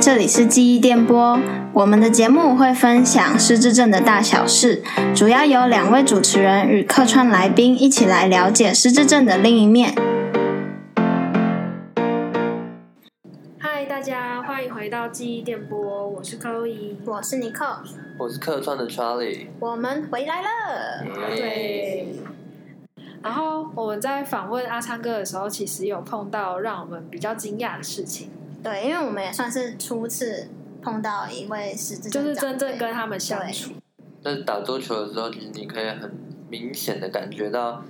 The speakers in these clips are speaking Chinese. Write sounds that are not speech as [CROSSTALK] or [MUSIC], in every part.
这里是记忆电波。我们的节目会分享失智症的大小事，主要由两位主持人与客串来宾一起来了解失智症的另一面。嗨，大家欢迎回到记忆电波，我是高一。我是尼克，我是客串的 Charlie。我们回来了。对。然后我们在访问阿昌哥的时候，其实有碰到让我们比较惊讶的事情，对，因为我们也算是初次碰到一位失智就症是长辈，真正跟他们相处。但是打桌球的时候，其实你可以很明显的感觉到，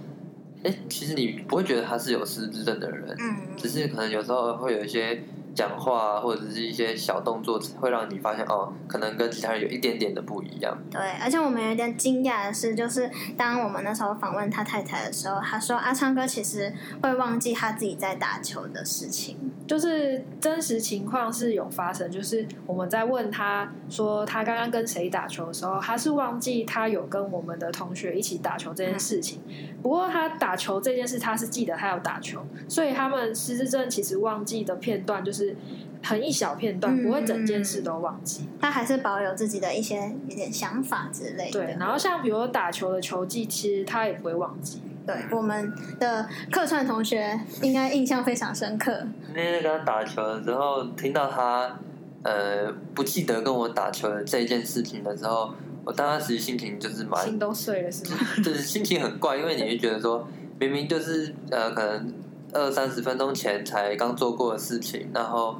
哎、其实你不会觉得他是有失智症的人，嗯，只是可能有时候会有一些讲话啊或者是一些小动作，会让你发现哦，可能跟其他人有一点点的不一样。对，而且我们有点惊讶的是，就是当我们那时候访问他太太的时候，他说阿昌哥其实会忘记他自己在打球的事情。就是真实情况是有发生，就是我们在问他说他刚刚跟谁打球的时候，他是忘记他有跟我们的同学一起打球这件事情。不过他打球这件事，他是记得他有打球，所以他们失智症其实忘记的片段就是很一小片段，嗯不会整件事都忘记。他还是保有自己的一些有点想法之类的。对，然后像比如打球的球技，其实他也不会忘记。对我们的客串同学应该印象非常深刻。那天跟他打球的时候，听到他呃不记得跟我打球的这一件事情的时候，我当时心情就是蛮心都碎了是吗？ [LAUGHS] 就是心情很怪，因为你会觉得说，明明就是呃，可能二三十分钟前才刚做过的事情，然后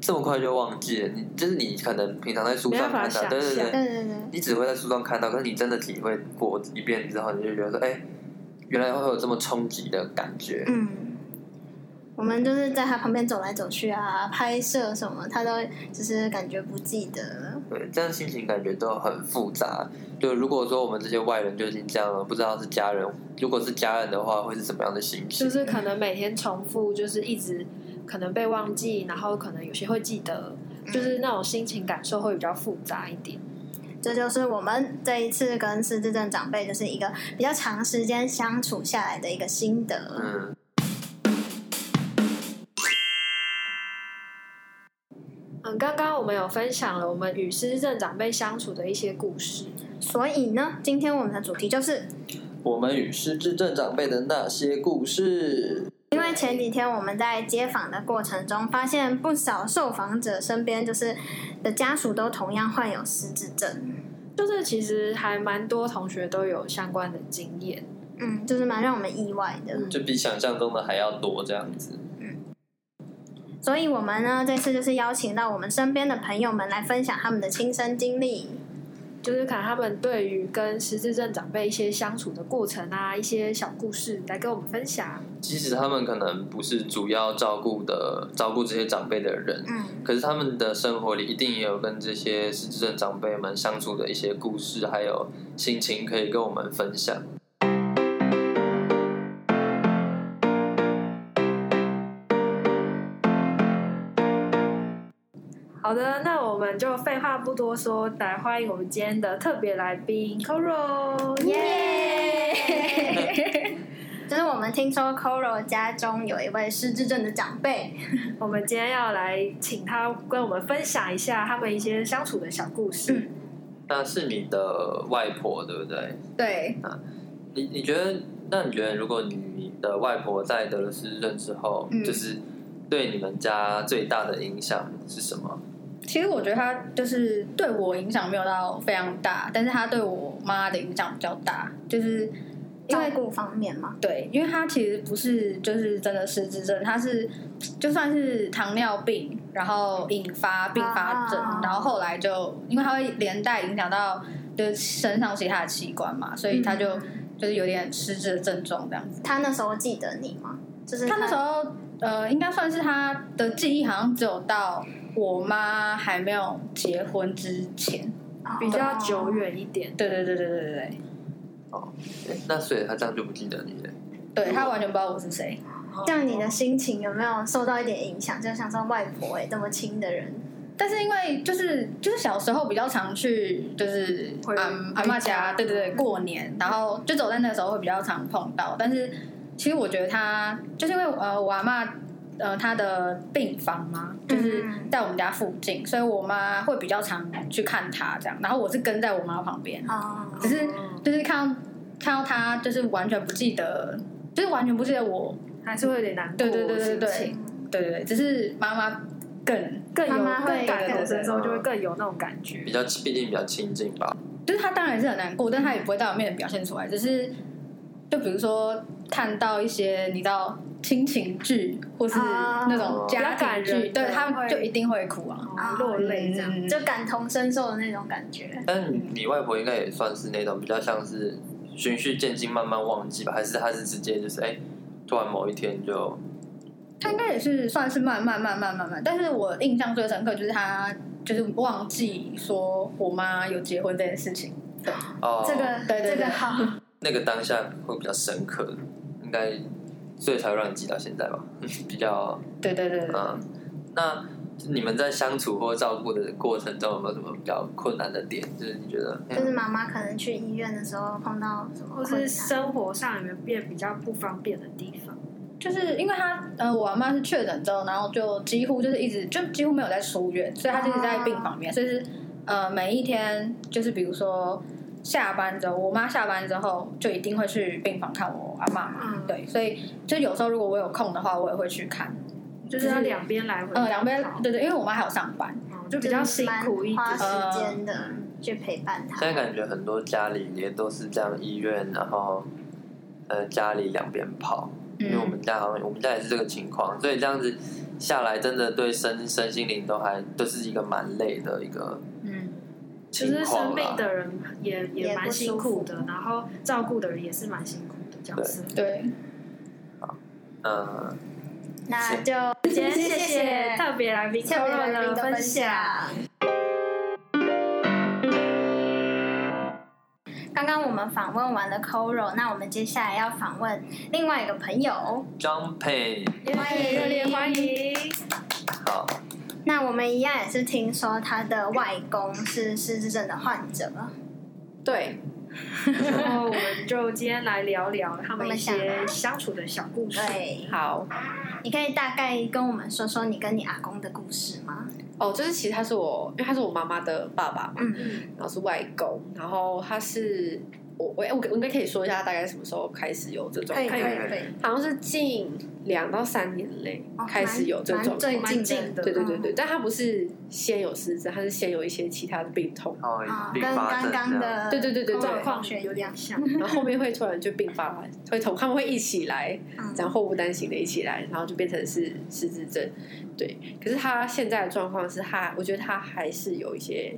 这么快就忘记了。你就是你可能平常在书上没办看法到，对对想象对，对对对，你只会在书上看到，可是你真的体会过一遍之后，你就觉得说，哎、原来会有这么冲击的感觉。嗯，我们就是在他旁边走来走去啊，拍摄什么，他都就是感觉不记得了。对，这样心情感觉都很复杂。就如果说我们这些外人就已经这样了，不知道是家人，如果是家人的话，会是什么样的心情？就是可能每天重复，就是一直可能被忘记，然后可能有些会记得，就是那种心情感受会比较复杂一点。这就是我们这一次跟失智症长辈就是一个比较长时间相处下来的一个心得。嗯。嗯，刚刚我们有分享了我们与失智症长辈相处的一些故事，所以呢，今天我们的主题就是，我们与失智症长辈的那些故事。因为前几天我们在接访的过程中，发现不少受访者身边就是的家属都同样患有失智症。就是其实还蛮多同学都有相关的经验。嗯，就是蛮让我们意外的。嗯就比想象中的还要多这样子。所以我们呢，这次就是邀请到我们身边的朋友们来分享他们的亲身经历。就是可能他们对于跟失智症长辈一些相处的过程啊，一些小故事来跟我们分享。即使他们可能不是主要照顾的照顾这些长辈的人，嗯，可是他们的生活里一定也有跟这些失智症长辈们相处的一些故事，还有心情可以跟我们分享。好的，那我们就废话不多说，来欢迎我们今天的特别来宾 Coro，耶！ [LAUGHS] 就是我们听说 Coro 家中有一位失智症的长辈，我们今天要来请他跟我们分享一下他们一些相处的小故嗯事。那是你的外婆对不对？对，你你觉得？那你觉得，如果你的外婆在得了失智症之后，嗯就是对你们家最大的影响是什么？其实我觉得他就是对我影响没有到非常大，但是他对我妈的影响比较大，就是因照为顾方面嘛，对，因为他其实不是就是真的失智症，他是就算是糖尿病，然后引发并发症，啊然后后来就因为他会连带影响到就是身上其他的器官嘛，所以他嗯就、就是有点失智的症状这样子。他那时候记得你吗？就是他那时候呃，应该算是他的记忆好像只有到我妈还没有结婚之前。哦比较久远一点，对对对对对对对。诶那所以他这样就不记得你了。对他完全不知道我是谁，哦这样哦你的心情有没有受到一点影响？就想说外婆哎、这么亲的人，但是因为就是就是小时候比较常去就是回阿阿回妈家，家对对对，过年，然后就走在那时候会比较常碰到，但是其实我觉得他就是因为呃我阿妈呃他的病房嘛，就是嗯在我们家附近，所以我妈会比较常去看他这样，然后我是跟在我妈旁边，哦，只是就是看到看到他就是完全不记得，就是完全不记得我，还是会有点难过。对对对对对心情对对对，只是妈妈更更有妈妈会更感更同身受，有就会更有那种感觉比。较毕竟比较亲近吧。就是他当然是很难过，但他也不会在我面前表现出来，只是就比如说看到一些你知道亲情剧或是啊那种家比较感庭剧，人的对他们会就一定会哭啊。哦落泪这样，嗯就感同身受的那种感觉。但你外婆应该也算是那种比较像是循序渐进、慢慢忘记吧？还是她是直接就是哎、突然某一天就他应该也是算是慢慢慢慢慢慢，但是我印象最深刻就是他就是忘记说我妈有结婚这件事情，哦，这个对对对这个好，嗯那个当下会比较深刻，应该所以才会让你记到现在吧？ [LAUGHS] 比较对对对对对。嗯，那你们在相处或照顾的过程中有没有什么比较困难的点？就是你觉得，就是嗯、妈妈可能去医院的时候碰到什么嗯或困是难，生活上有没有变比较不方便的地方？就是因为他，呃，我阿妈是确诊之后，然后就几乎就是一直就几乎没有在出院，所以她就是在病房里面，所以是呃每一天就是比如说下班之后，我妈下班之后就一定会去病房看我阿妈嘛，嗯对，所以就有时候如果我有空的话，我也会去看，就是要两边来回跑，呃，两边对对，因为我妈还有上班，嗯就比较辛苦一蛮点。嗯花时间的去陪伴他现。在感觉很多家里也都是这样，医院然后呃家里两边跑，因为我们家好像我们家也是这个情况，所以这样子下来，真的对身身心灵都还都是一个蛮累的一个嗯，其情实生况病啦。的人也也蛮辛苦的，然后照顾的人也是蛮辛苦的角色。对，嗯，那就今天谢谢特别来宾 c 特 o 别来宾的的分分享。享。刚刚我们访问完了 Coro，那我们接下来要访问另外一个朋友，张佩，欢迎热烈欢迎！好，那我们一样也是听说他的外公是失智症的患者，对， [LAUGHS] 然后我们就今天来聊聊他们我一们些想相处的小故事。对，好，你可以大概跟我们说说你跟你阿公的故事吗？哦，就是其实他是我，因为他是我妈妈的爸爸嘛，嗯嗯，然后是外公，然后他是我我我我应该可以说一下大概什么时候开始有这种，可以可可以以可以可以，好像是近两到三年内哦开始有这蛮种蛮，最蛮近近的，的对对对嗯对，但他不是先有失智，他是先有一些其他的病 [LAUGHS] 痛，哦，啊，并跟发刚症刚这样，的对对对对状对，况有点像。然后后面会突然就并发了，会同他们会一起来，嗯然后祸不单行的一起来，然后就变成是失智症。对，可是他现在的状况是他，我觉得他还是有一些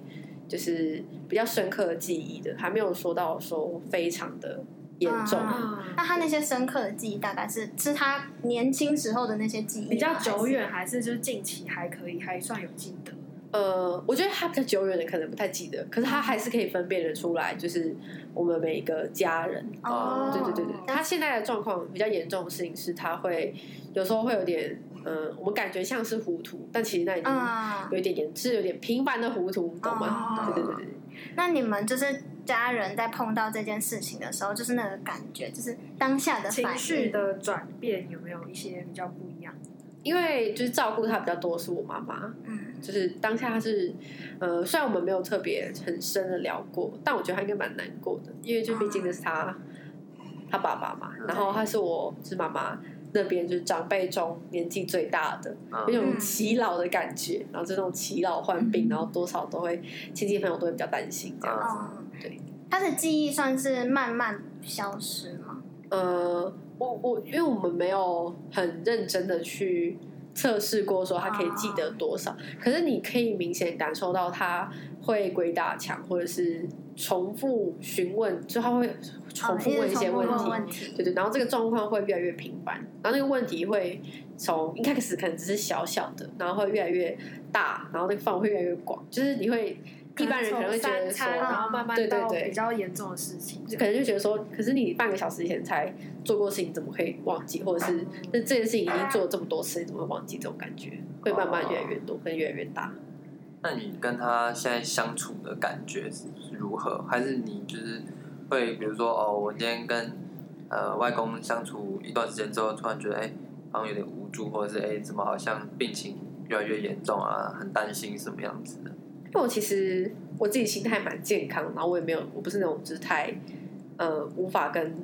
就是比较深刻的记忆的，还没有说到说非常的严重。嗯嗯，那他那些深刻的记忆大概是是他年轻时候的那些记忆吗，比较久还是。远还是就是近期还可以，还算有记得。呃，我觉得他比较久远的可能不太记得，可是他还是可以分辨得出来，就是我们每一个家人哦，对对对对，他现在的状况比较严重的事情是，他会有时候会有点，呃，我们感觉像是糊涂，但其实那已经嗯，有一点点是有点频繁的糊涂，你懂吗？哦对对对对，那你们就是家人在碰到这件事情的时候，就是那个感觉，就是当下的情反绪应，的转变有没有一些比较不一样？因为就是照顾他比较多是我妈妈，嗯，就是当下她是，呃，虽然我们没有特别很深的聊过，但我觉得她应该蛮难过的，因为就毕竟那是她她爸爸嘛，然后她是我就是妈妈那边就是长辈中年纪最大的，有嗯，一种祈老的感觉，然后这种祈老患病，然后多少都会亲戚朋友都会比较担心这嗯样。哦，对，他的记忆算是慢慢消失吗？呃，我我因为我们没有很认真的去测试过说他可以记得多哦少，可是你可以明显感受到他会鬼打墙，或者是重复询问，就他会重复哦问一直一些重复问题。问问题，对对，然后这个状况会越来越频繁，然后那个问题会从一开始可能只是小小的，然后会越来越大，然后那个范围会越来越广，就是你会一般人可能会觉得三说餐，，啊然后慢对慢对到对比较严重的事情，就可能就觉得说，可是你半个小时以前才做过的事情，怎么可以忘记？或者是那这件事情已经做了这么多次，你怎么会忘记？这种感觉会慢慢越来越多，哦跟越来越大。那你跟他现在相处的感觉是如何？还是你就是会比如说哦，我今天跟呃外公相处一段时间之后，突然觉得哎、好像有点无助，或者是哎、诶怎么好像病情越来越严重啊，很担心什么样子的。因为我其实我自己心态蛮健康，然后我也没有，我不是那种就是太呃无法跟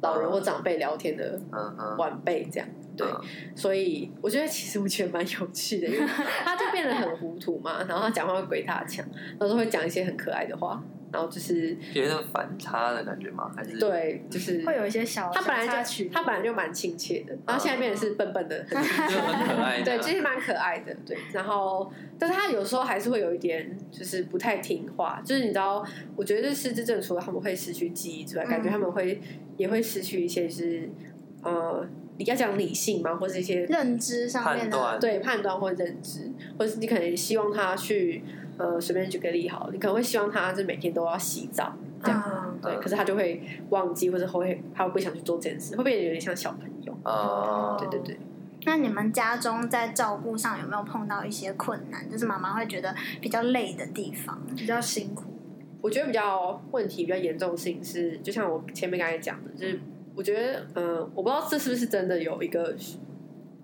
老哦人或长辈聊天的嗯嗯，晚辈这样。对，嗯所以我觉得其实我觉得蛮有趣的，因为他就变得很糊涂嘛，然后他讲话会鬼打墙，然后都会讲一些很可爱的话，然后就是有点反差的感觉吗？还是，对，就是会有一些小他本小来插就曲哦他本来就蛮亲切的，然后现在变得是笨笨的， [LAUGHS] 很就很可爱 [LAUGHS] 对，的。其实蛮可爱的，对。然后，但是他有时候还是会有一点，就是不太听话。就是你知道，我觉得失智症除了他们会失去记忆之外，感觉他们会也会失去一些，就是呃，你要讲理性嘛，或是一些认知上面判的，断，对判断或认知，或是你可能希望他去呃，随便举个例好了，你可能会希望他是每天都要洗澡，这样嗯对。可是他就会忘记，或者会他不想去做这件事，会不会有点像小朋友？呃，对对对。那你们家中在照顾上有没有碰到一些困难？就是妈妈会觉得比较累的地方？比较辛苦，我觉得比较问题比较严重的事情是，就像我前面刚才讲的，就是我觉得，嗯、我不知道这是不是真的有一个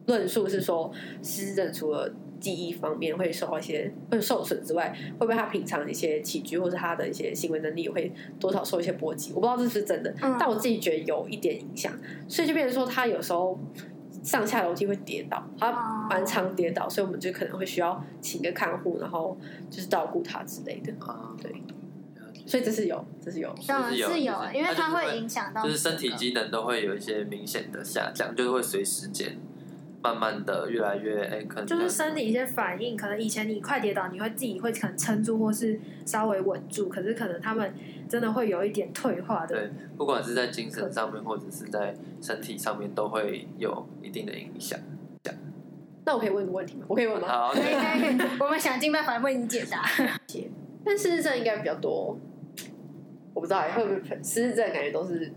论述是说，失智症除了记忆方面会受到一些会受损之外，会不会他平常的一些起居或是他的一些行为能力也会多少受一些波及？我不知道这是不是真的，嗯但我自己觉得有一点影响，所以就变成说他有时候。上下楼梯会跌倒，他蛮常跌倒，所以我们就可能会需要请个看护，然后就是照顾他之类的。啊，对了解，所以这是有，这是有。当然有是有欸就，是因为它就是它会会影响到就是身体 [LAUGHS] 机能都会有一些明显的下降，就是会随时间慢慢的越来越，哎，可能就是像身体一些反应，可能以前你快跌倒，你会自己会可能撑住或是稍微稳住，可是可能他们真的会有一点退化的对，不管是在精神上面或者是在身体上面，都会有一定的影响。那我可以问个问题吗？我可以问吗？好，可以可以可以，我们想尽办法为你解答。但失智症应该比较多，我不知道欸会不会失智症感觉都是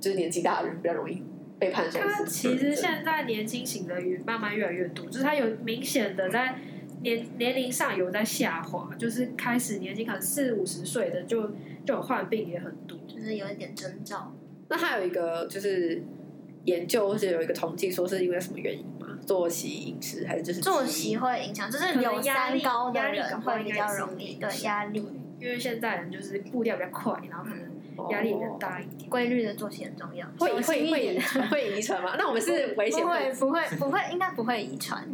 就是年纪大的人比较容易被判断他是失其智症。实现在年轻型的鱼慢慢越来越多，就是他有明显的在年年龄上有在下滑，就是开始年纪可能四五十岁的就就有患病也很多。就是有一点征兆，那还有一个就是研究，或是有一个统计说是因为什么原因吗？作息、饮食还是就是作息会影响，就是有三高的人会比较容易对压力，因为现在人就是步调比较快，然后可能哦压力比较大一点。规律的作息很重要。会小心会一会点遗传会遗传吗？那我们是危险不分会子不会不会，应该不会遗传，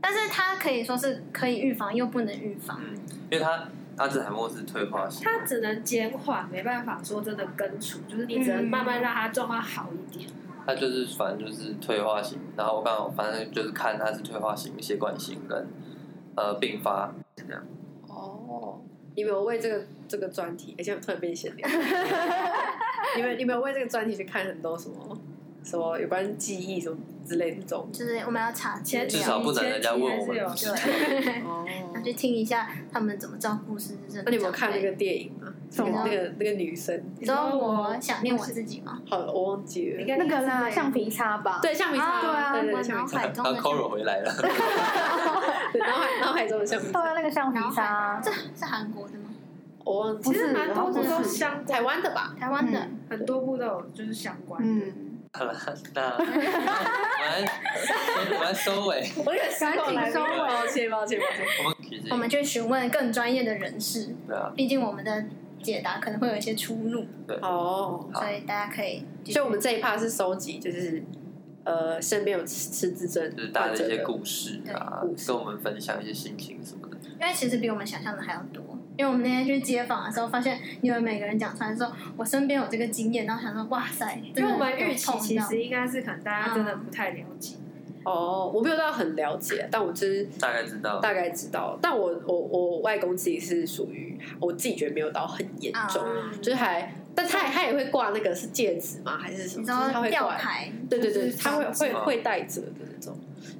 但是它可以说是可以预防又不能预防。嗯，因为他阿兹海默是退化型，它只能减缓，没办法说真的根除，就是你只能慢慢让它状况好一点。他就是反正就是退化型。然后我刚好反正就是看他是退化型、血管型跟呃并发这样。哦。你没有为这个这个专题，而且突然变闲聊。你们你们有为这个专题去看很多什么什么有关记忆什么之类的这种就是我们要查资前料，期至少不能人家问我们前期还是有对，哦。那去听一下他们怎么照顾失智症。那你们有看那个？电影吗？那什个么那个那个女生，你说哦我想念我自己吗？好，我忘记了。那个啦橡皮擦吧对，对，橡皮擦，啊对我对，橡脑皮擦，海中他的 Coro 回来了，对脑海脑海中的橡皮对擦，啊，那个橡皮脑海擦，这是韩国的吗？我忘记不其了。实是蛮多部都相台关，湾的吧？台湾的，很多部都有就是相关。嗯，好了，那 [LAUGHS] 我们我们收尾，我也是赶紧收尾抱歉抱歉抱歉。我们其实我们去询问更专业的人士，对啊，毕竟我们的解答可能会有一些出入，哦，好所以大家可以继续。所以我们这一趴是收集，就是呃，身边有失智症就是大家患的者一些的故事啊对故，事跟我们分享一些心情什么的。因为其实比我们想象的还要多。因为我们那天去街访的时候，发现你们每个人讲出来说，我身边有这个经验，然后想说，哇塞，因为我们真的预有期碰其到嗯实应该是可能大家真的不太了解，哦，我没有到很了解，但我就是大概知道，大概知道。但我我我外公自己是属于我自己觉得没有到很严重，嗯啊嗯就是还，但他也他也会挂那个是戒指吗？还是什你么？知就是他道会吊挂，牌，对对对，就是他会手会吗会带着的那种。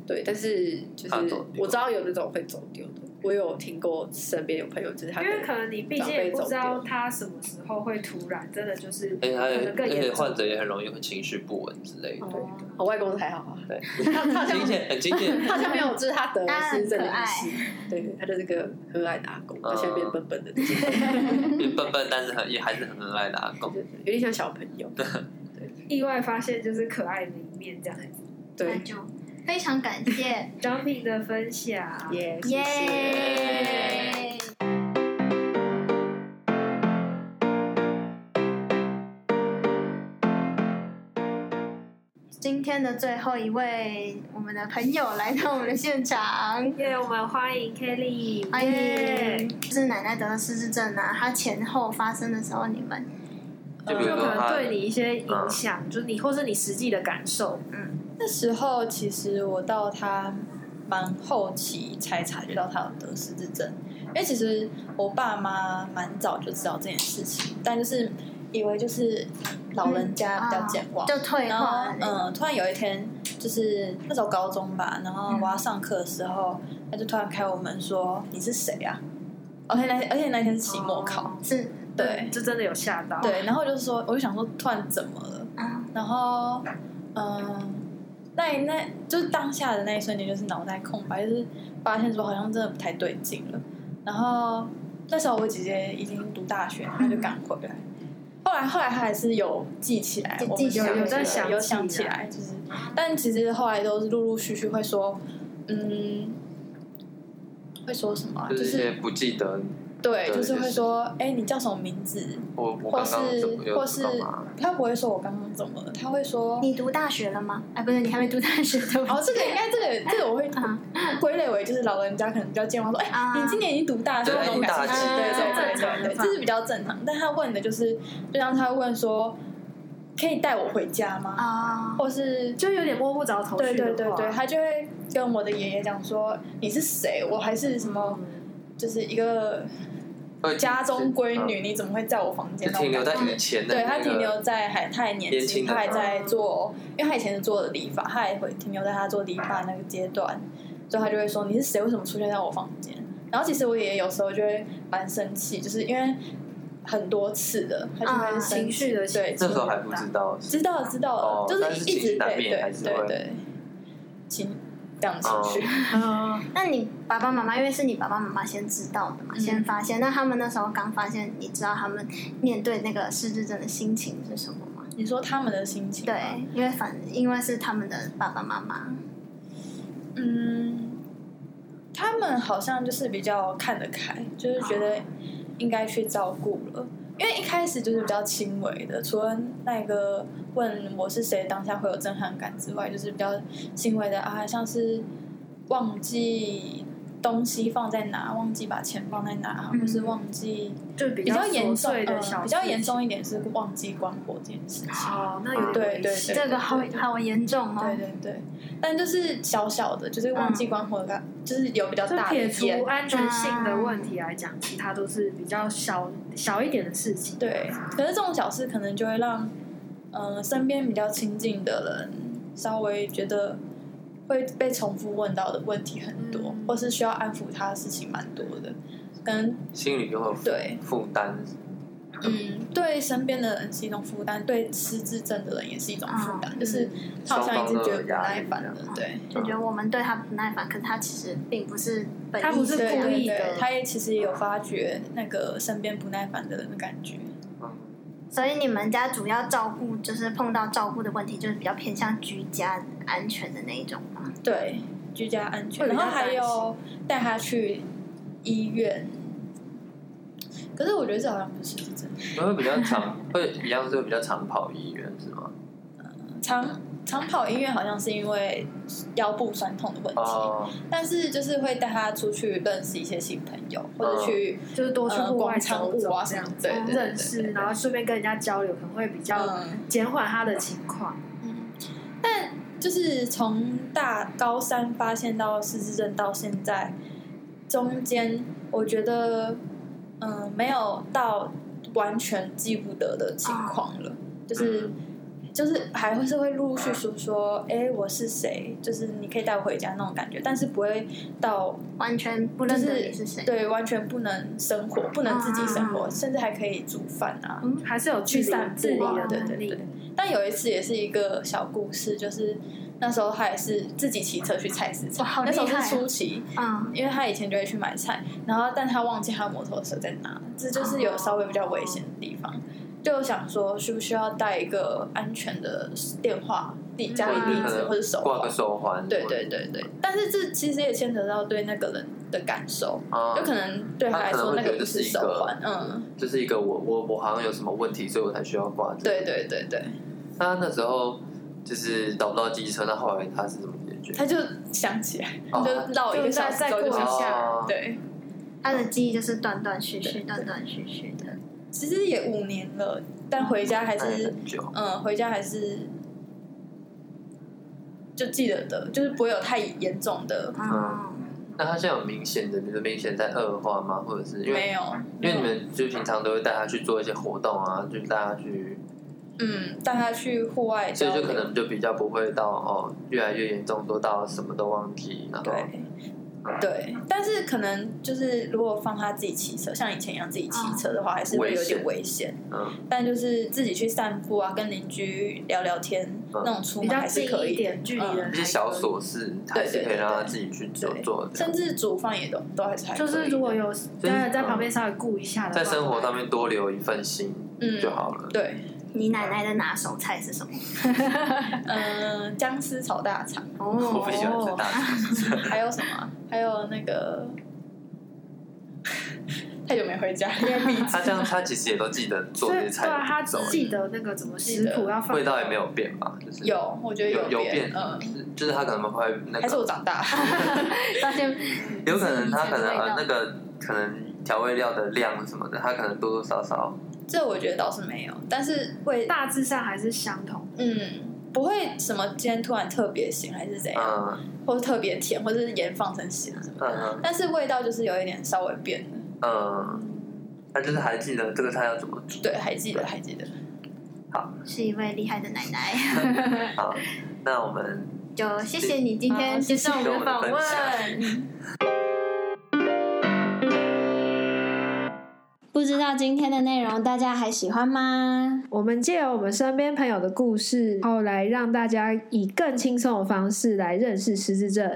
对，但是就怕是走丢我知道有那种会走丢的，我有听过身边有朋友就是他因可为能可能你毕竟也不知道他什么时候会突然真的就是而可且能哎他更而且严重患。者也很容易会情绪不稳之类的。哦我外公还好啊，对，他他好很亲像切，很亲 [LAUGHS] 切。他好像没有，就是他得了他失智症的很可爱意识对，他就是个很可爱的阿公，嗯而且变笨笨的，对笨笨，但是很也还是很恩爱的阿公。对对有点像小朋友。意外发现就是可爱的一面这样子。那对，就非常感谢，奖品的分享，耶，谢谢耶！今天的最后一位，我们的朋友来到我们的现场。耶！我们欢迎 Kelly，欢耶迎，就是奶奶得了失智症啊，她前后发生的时候，你们就比如就说可能他嗯对你一些影响，就是你或是你实际的感受，那时候其实我到他蛮后期才察觉到他有得失智症，因为其实我爸妈蛮早就知道这件事情，但就是以为就是老人家嗯比较健嗯忘，就退然后化了。嗯，突然有一天就是那时候高中吧，然后嗯我要上课的时候，他就突然开我门说你是谁啊？而且那而且那天是期哦末哦考，是，对就真的有吓到，对，然后我就说我就想说突然怎么了？嗯，然后，嗯，那一那就是当下的那一瞬间，就是脑袋空白，就是发现说好像真的不太对劲了。然后那时候我姐姐已经读大学，她就赶回来。后来后来她还是有记起来，我记们起来有有在想想有想起起来来，就是，但其实后来都是陆陆续续会说，嗯，会说什么啊、就就是一些是不记得对，对就是就会是说，哎、你叫什么名字？我我或刚刚是怎么又或是干嘛。她不会说我刚刚怎么了，她会说，你读大学了吗？哎，不是，你还没读大学对吧？ [LAUGHS] 哦，这个应该这 [LAUGHS] 个这个我会啊归类为就是老人家可能比较健忘，说哎、啊你今年已经读大学了，对那种感已经大觉，几对对正常对对对，这是比较啊正常。但他问的就是，就像他问说，可以带我回家吗？啊，或是就有点摸不着头对绪的对话对对，他就会跟我的爷爷讲说你是谁，我还是什么，就是一个会家中闺女，你怎么会在我房啊就间？那停种留感在觉？以前的对那他个停留在还他还年年轻，轻的他还时候在做，因为他以前是做的理发，他还会停留在他做理发那个阶段，所以他就会说你是谁？为什么出现在我房间？然后其实我也有时候就会蛮生气，就是因为很多次的，他就会啊生情绪的对，那时候还不知道，知道了知道了，哦就但是一情绪直难对免对还是对会哦对，情这样的情绪，Oh. 那你爸爸妈妈，因为是你爸爸妈妈先知道的嘛，先发现。那他们那时候刚发现，你知道他们面对那个失智症的心情是什么吗？ [LAUGHS] 你说他们的心情吗对，因为反因为是他们的爸爸妈妈，嗯，他们好像就是比较看得开，就是觉得应该去照顾了。因为一开始就是比较轻微的，除了那个问我是谁当下会有震撼感之外，就是比较轻微的啊，像是忘记东西放在哪，忘记把钱放在哪，嗯或是忘记就比比较严琐重、碎的呃，小，比较严。重一点是忘记关火这件事情。哦，那有点危对对险对这个好好严重对哦。对对，但就是小小的，就是忘记关火的，就是有比较就大的嗯撇烟除安全性的问题来讲，其他都是比较小小一点的事情。对，可是这种小事可能就会让，嗯、身边比较亲近的人稍微觉得会被重复问到的问题很多，嗯或是需要安抚他的事情蛮多的。可能心里就会有对，负担，嗯，对身边的人是一种负担，对失智症的人也是一种负啊担，嗯就是他好像一直觉得不耐烦双方都有压力这了样，对。就觉得我们对他不耐烦，可是他其实并不是本意啊他不是对故对意的对他也其实也有发觉那个身边不耐烦的人的感觉。嗯，所以你们家主要照顾就是碰到照顾的问题，就是比较偏向居家安全的那一种嘛。对，居家安全，会比然较后还有带他去医院。可是我觉得这好像不是真的，因为会比较常，会一样是会比较常跑医院是吗？长长跑医院好像是因为腰部酸痛的问题，哦，但是就是会带他出去认识一些新朋友，或者去、就是多去呃户外广场走舞走啊这什样么子，之类的，对对认识，然后顺便跟人家交流，可能会比较嗯。减缓他的情况。嗯，但就是从大高三发现到失智症到现在，中间我觉得，嗯、没有到完全记不得的情况了，就是。就是还会是会陆陆续续说，哎、我是谁？就是你可以带我回家那种感觉，但是不会到完全不就认得是你是谁。对完全不能生活，不能自己生活，嗯甚至还可以煮饭啊，还是有距离去散自步理啊，的对能对力对。。但有一次也是一个小故事，就是那时候他也是自己骑车去菜市哇场，好厉那时候害啊是初期，嗯，因为他以前就会去买菜，然后但他忘记他摩托车在哪，这就是有稍微比较危险的地方。就想说需不需要带一个安全的电话地家里你地可址能或者手挂环个。手环，对对对对，但是这其实也牵扯到对那个人的感受，啊，有可能对他来说那个不是手环，嗯，就是一个我我我好像有什么问题，所以我才需要挂。对。对对对，那他那时候就是找不到机车，那后来他是怎么解决？他就想起来，哦就绕一个小时就再之后再就过想一起下来，哦对，他的记忆就是断断续续、断断续续的。其实也五年了，但回家还哦那也是很久。嗯，回家还是就记得的，就是不会有太严重的，嗯，那他现在有明显的，比如说明显在恶化吗？或者是因为没有，因为你们就平常都会带他去做一些活动啊，就带他去，嗯，带他去户外所交以就流，可能就比较不会到哦，越来越严重，多到什么都忘记，然后对。啊对，但是可能就是如果放他自己骑车，像以前一样自己骑车的话，还是会有点危险。嗯，但就是自己去散步啊，跟邻居聊聊天，嗯那种出比门较还是近可一以的。嗯点距离的一些小琐事还是可以让他自己去做对做甚的。至煮饭也都都还是还可就以的嗯是如果有家人在旁边稍微顾一下的话，在生活上面多留一份心嗯就好了。对，你奶奶的拿手菜是什么？嗯，姜丝炒大肠，哦我不喜欢吃大肠，还有什么啊？还有那个 [LAUGHS] 太久没 [LAUGHS] 回家，因为鼻子他这样他其实也都记得做所这以些对啊，菜他走，记得那个怎么食记得谱要放，味道也没有变吧？就是有，我觉得有变，变嗯，，就是他可能会那还是个我长 [LAUGHS] 大，发现有可能他可能以前的呃味道那个可能调味料的量什么的，他可能多多少少这我觉得倒是没有，但是会大致上还是相同。嗯，不会什么今天突然特别咸还是怎样，嗯或者特别甜，或者是盐放成咸什么，啊嗯但是味道就是有一点稍微变了。嗯，他就是还记得这个菜要怎么煮对，还记得，还记得。是一位厉害的奶奶， [LAUGHS] 好，那我们就谢谢你今天接受我们的访跟我们分问。不知道今天的内容大家还喜欢吗？我们借由我们身边朋友的故事，后来让大家以更轻松的方式来认识失智症。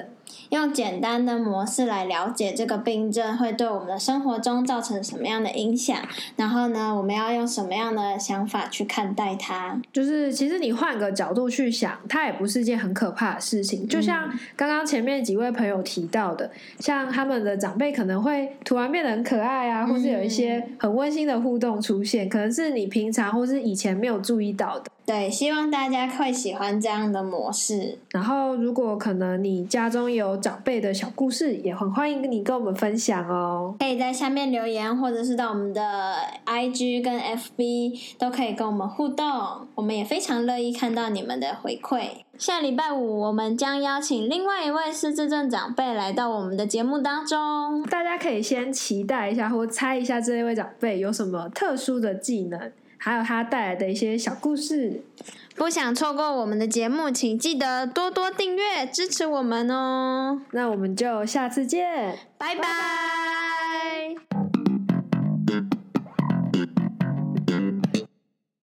用简单的模式来了解这个病症会对我们的生活中造成什么样的影响，然后呢，我们要用什么样的想法去看待它？就是其实你换个角度去想，它也不是一件很可怕的事情。就像刚刚前面几位朋友提到的，像他们的长辈可能会突然变得很可爱啊，或是有一些很温馨的互动出现，可能是你平常或是以前没有注意到的。对，希望大家会喜欢这样的模式。然后，如果可能你家中有长辈的小故事，也很欢迎你跟我们分享哦。可以在下面留言，或者是到我们的 IG 跟 FB 都可以跟我们互动，我们也非常乐意看到你们的回馈。下礼拜五我们将邀请另外一位失智症长辈来到我们的节目当中。大家可以先期待一下，或猜一下这一位长辈有什么特殊的技能，还有他带来的一些小故事。不想错过我们的节目，请记得多多订阅支持我们哦，那我们就下次见。拜拜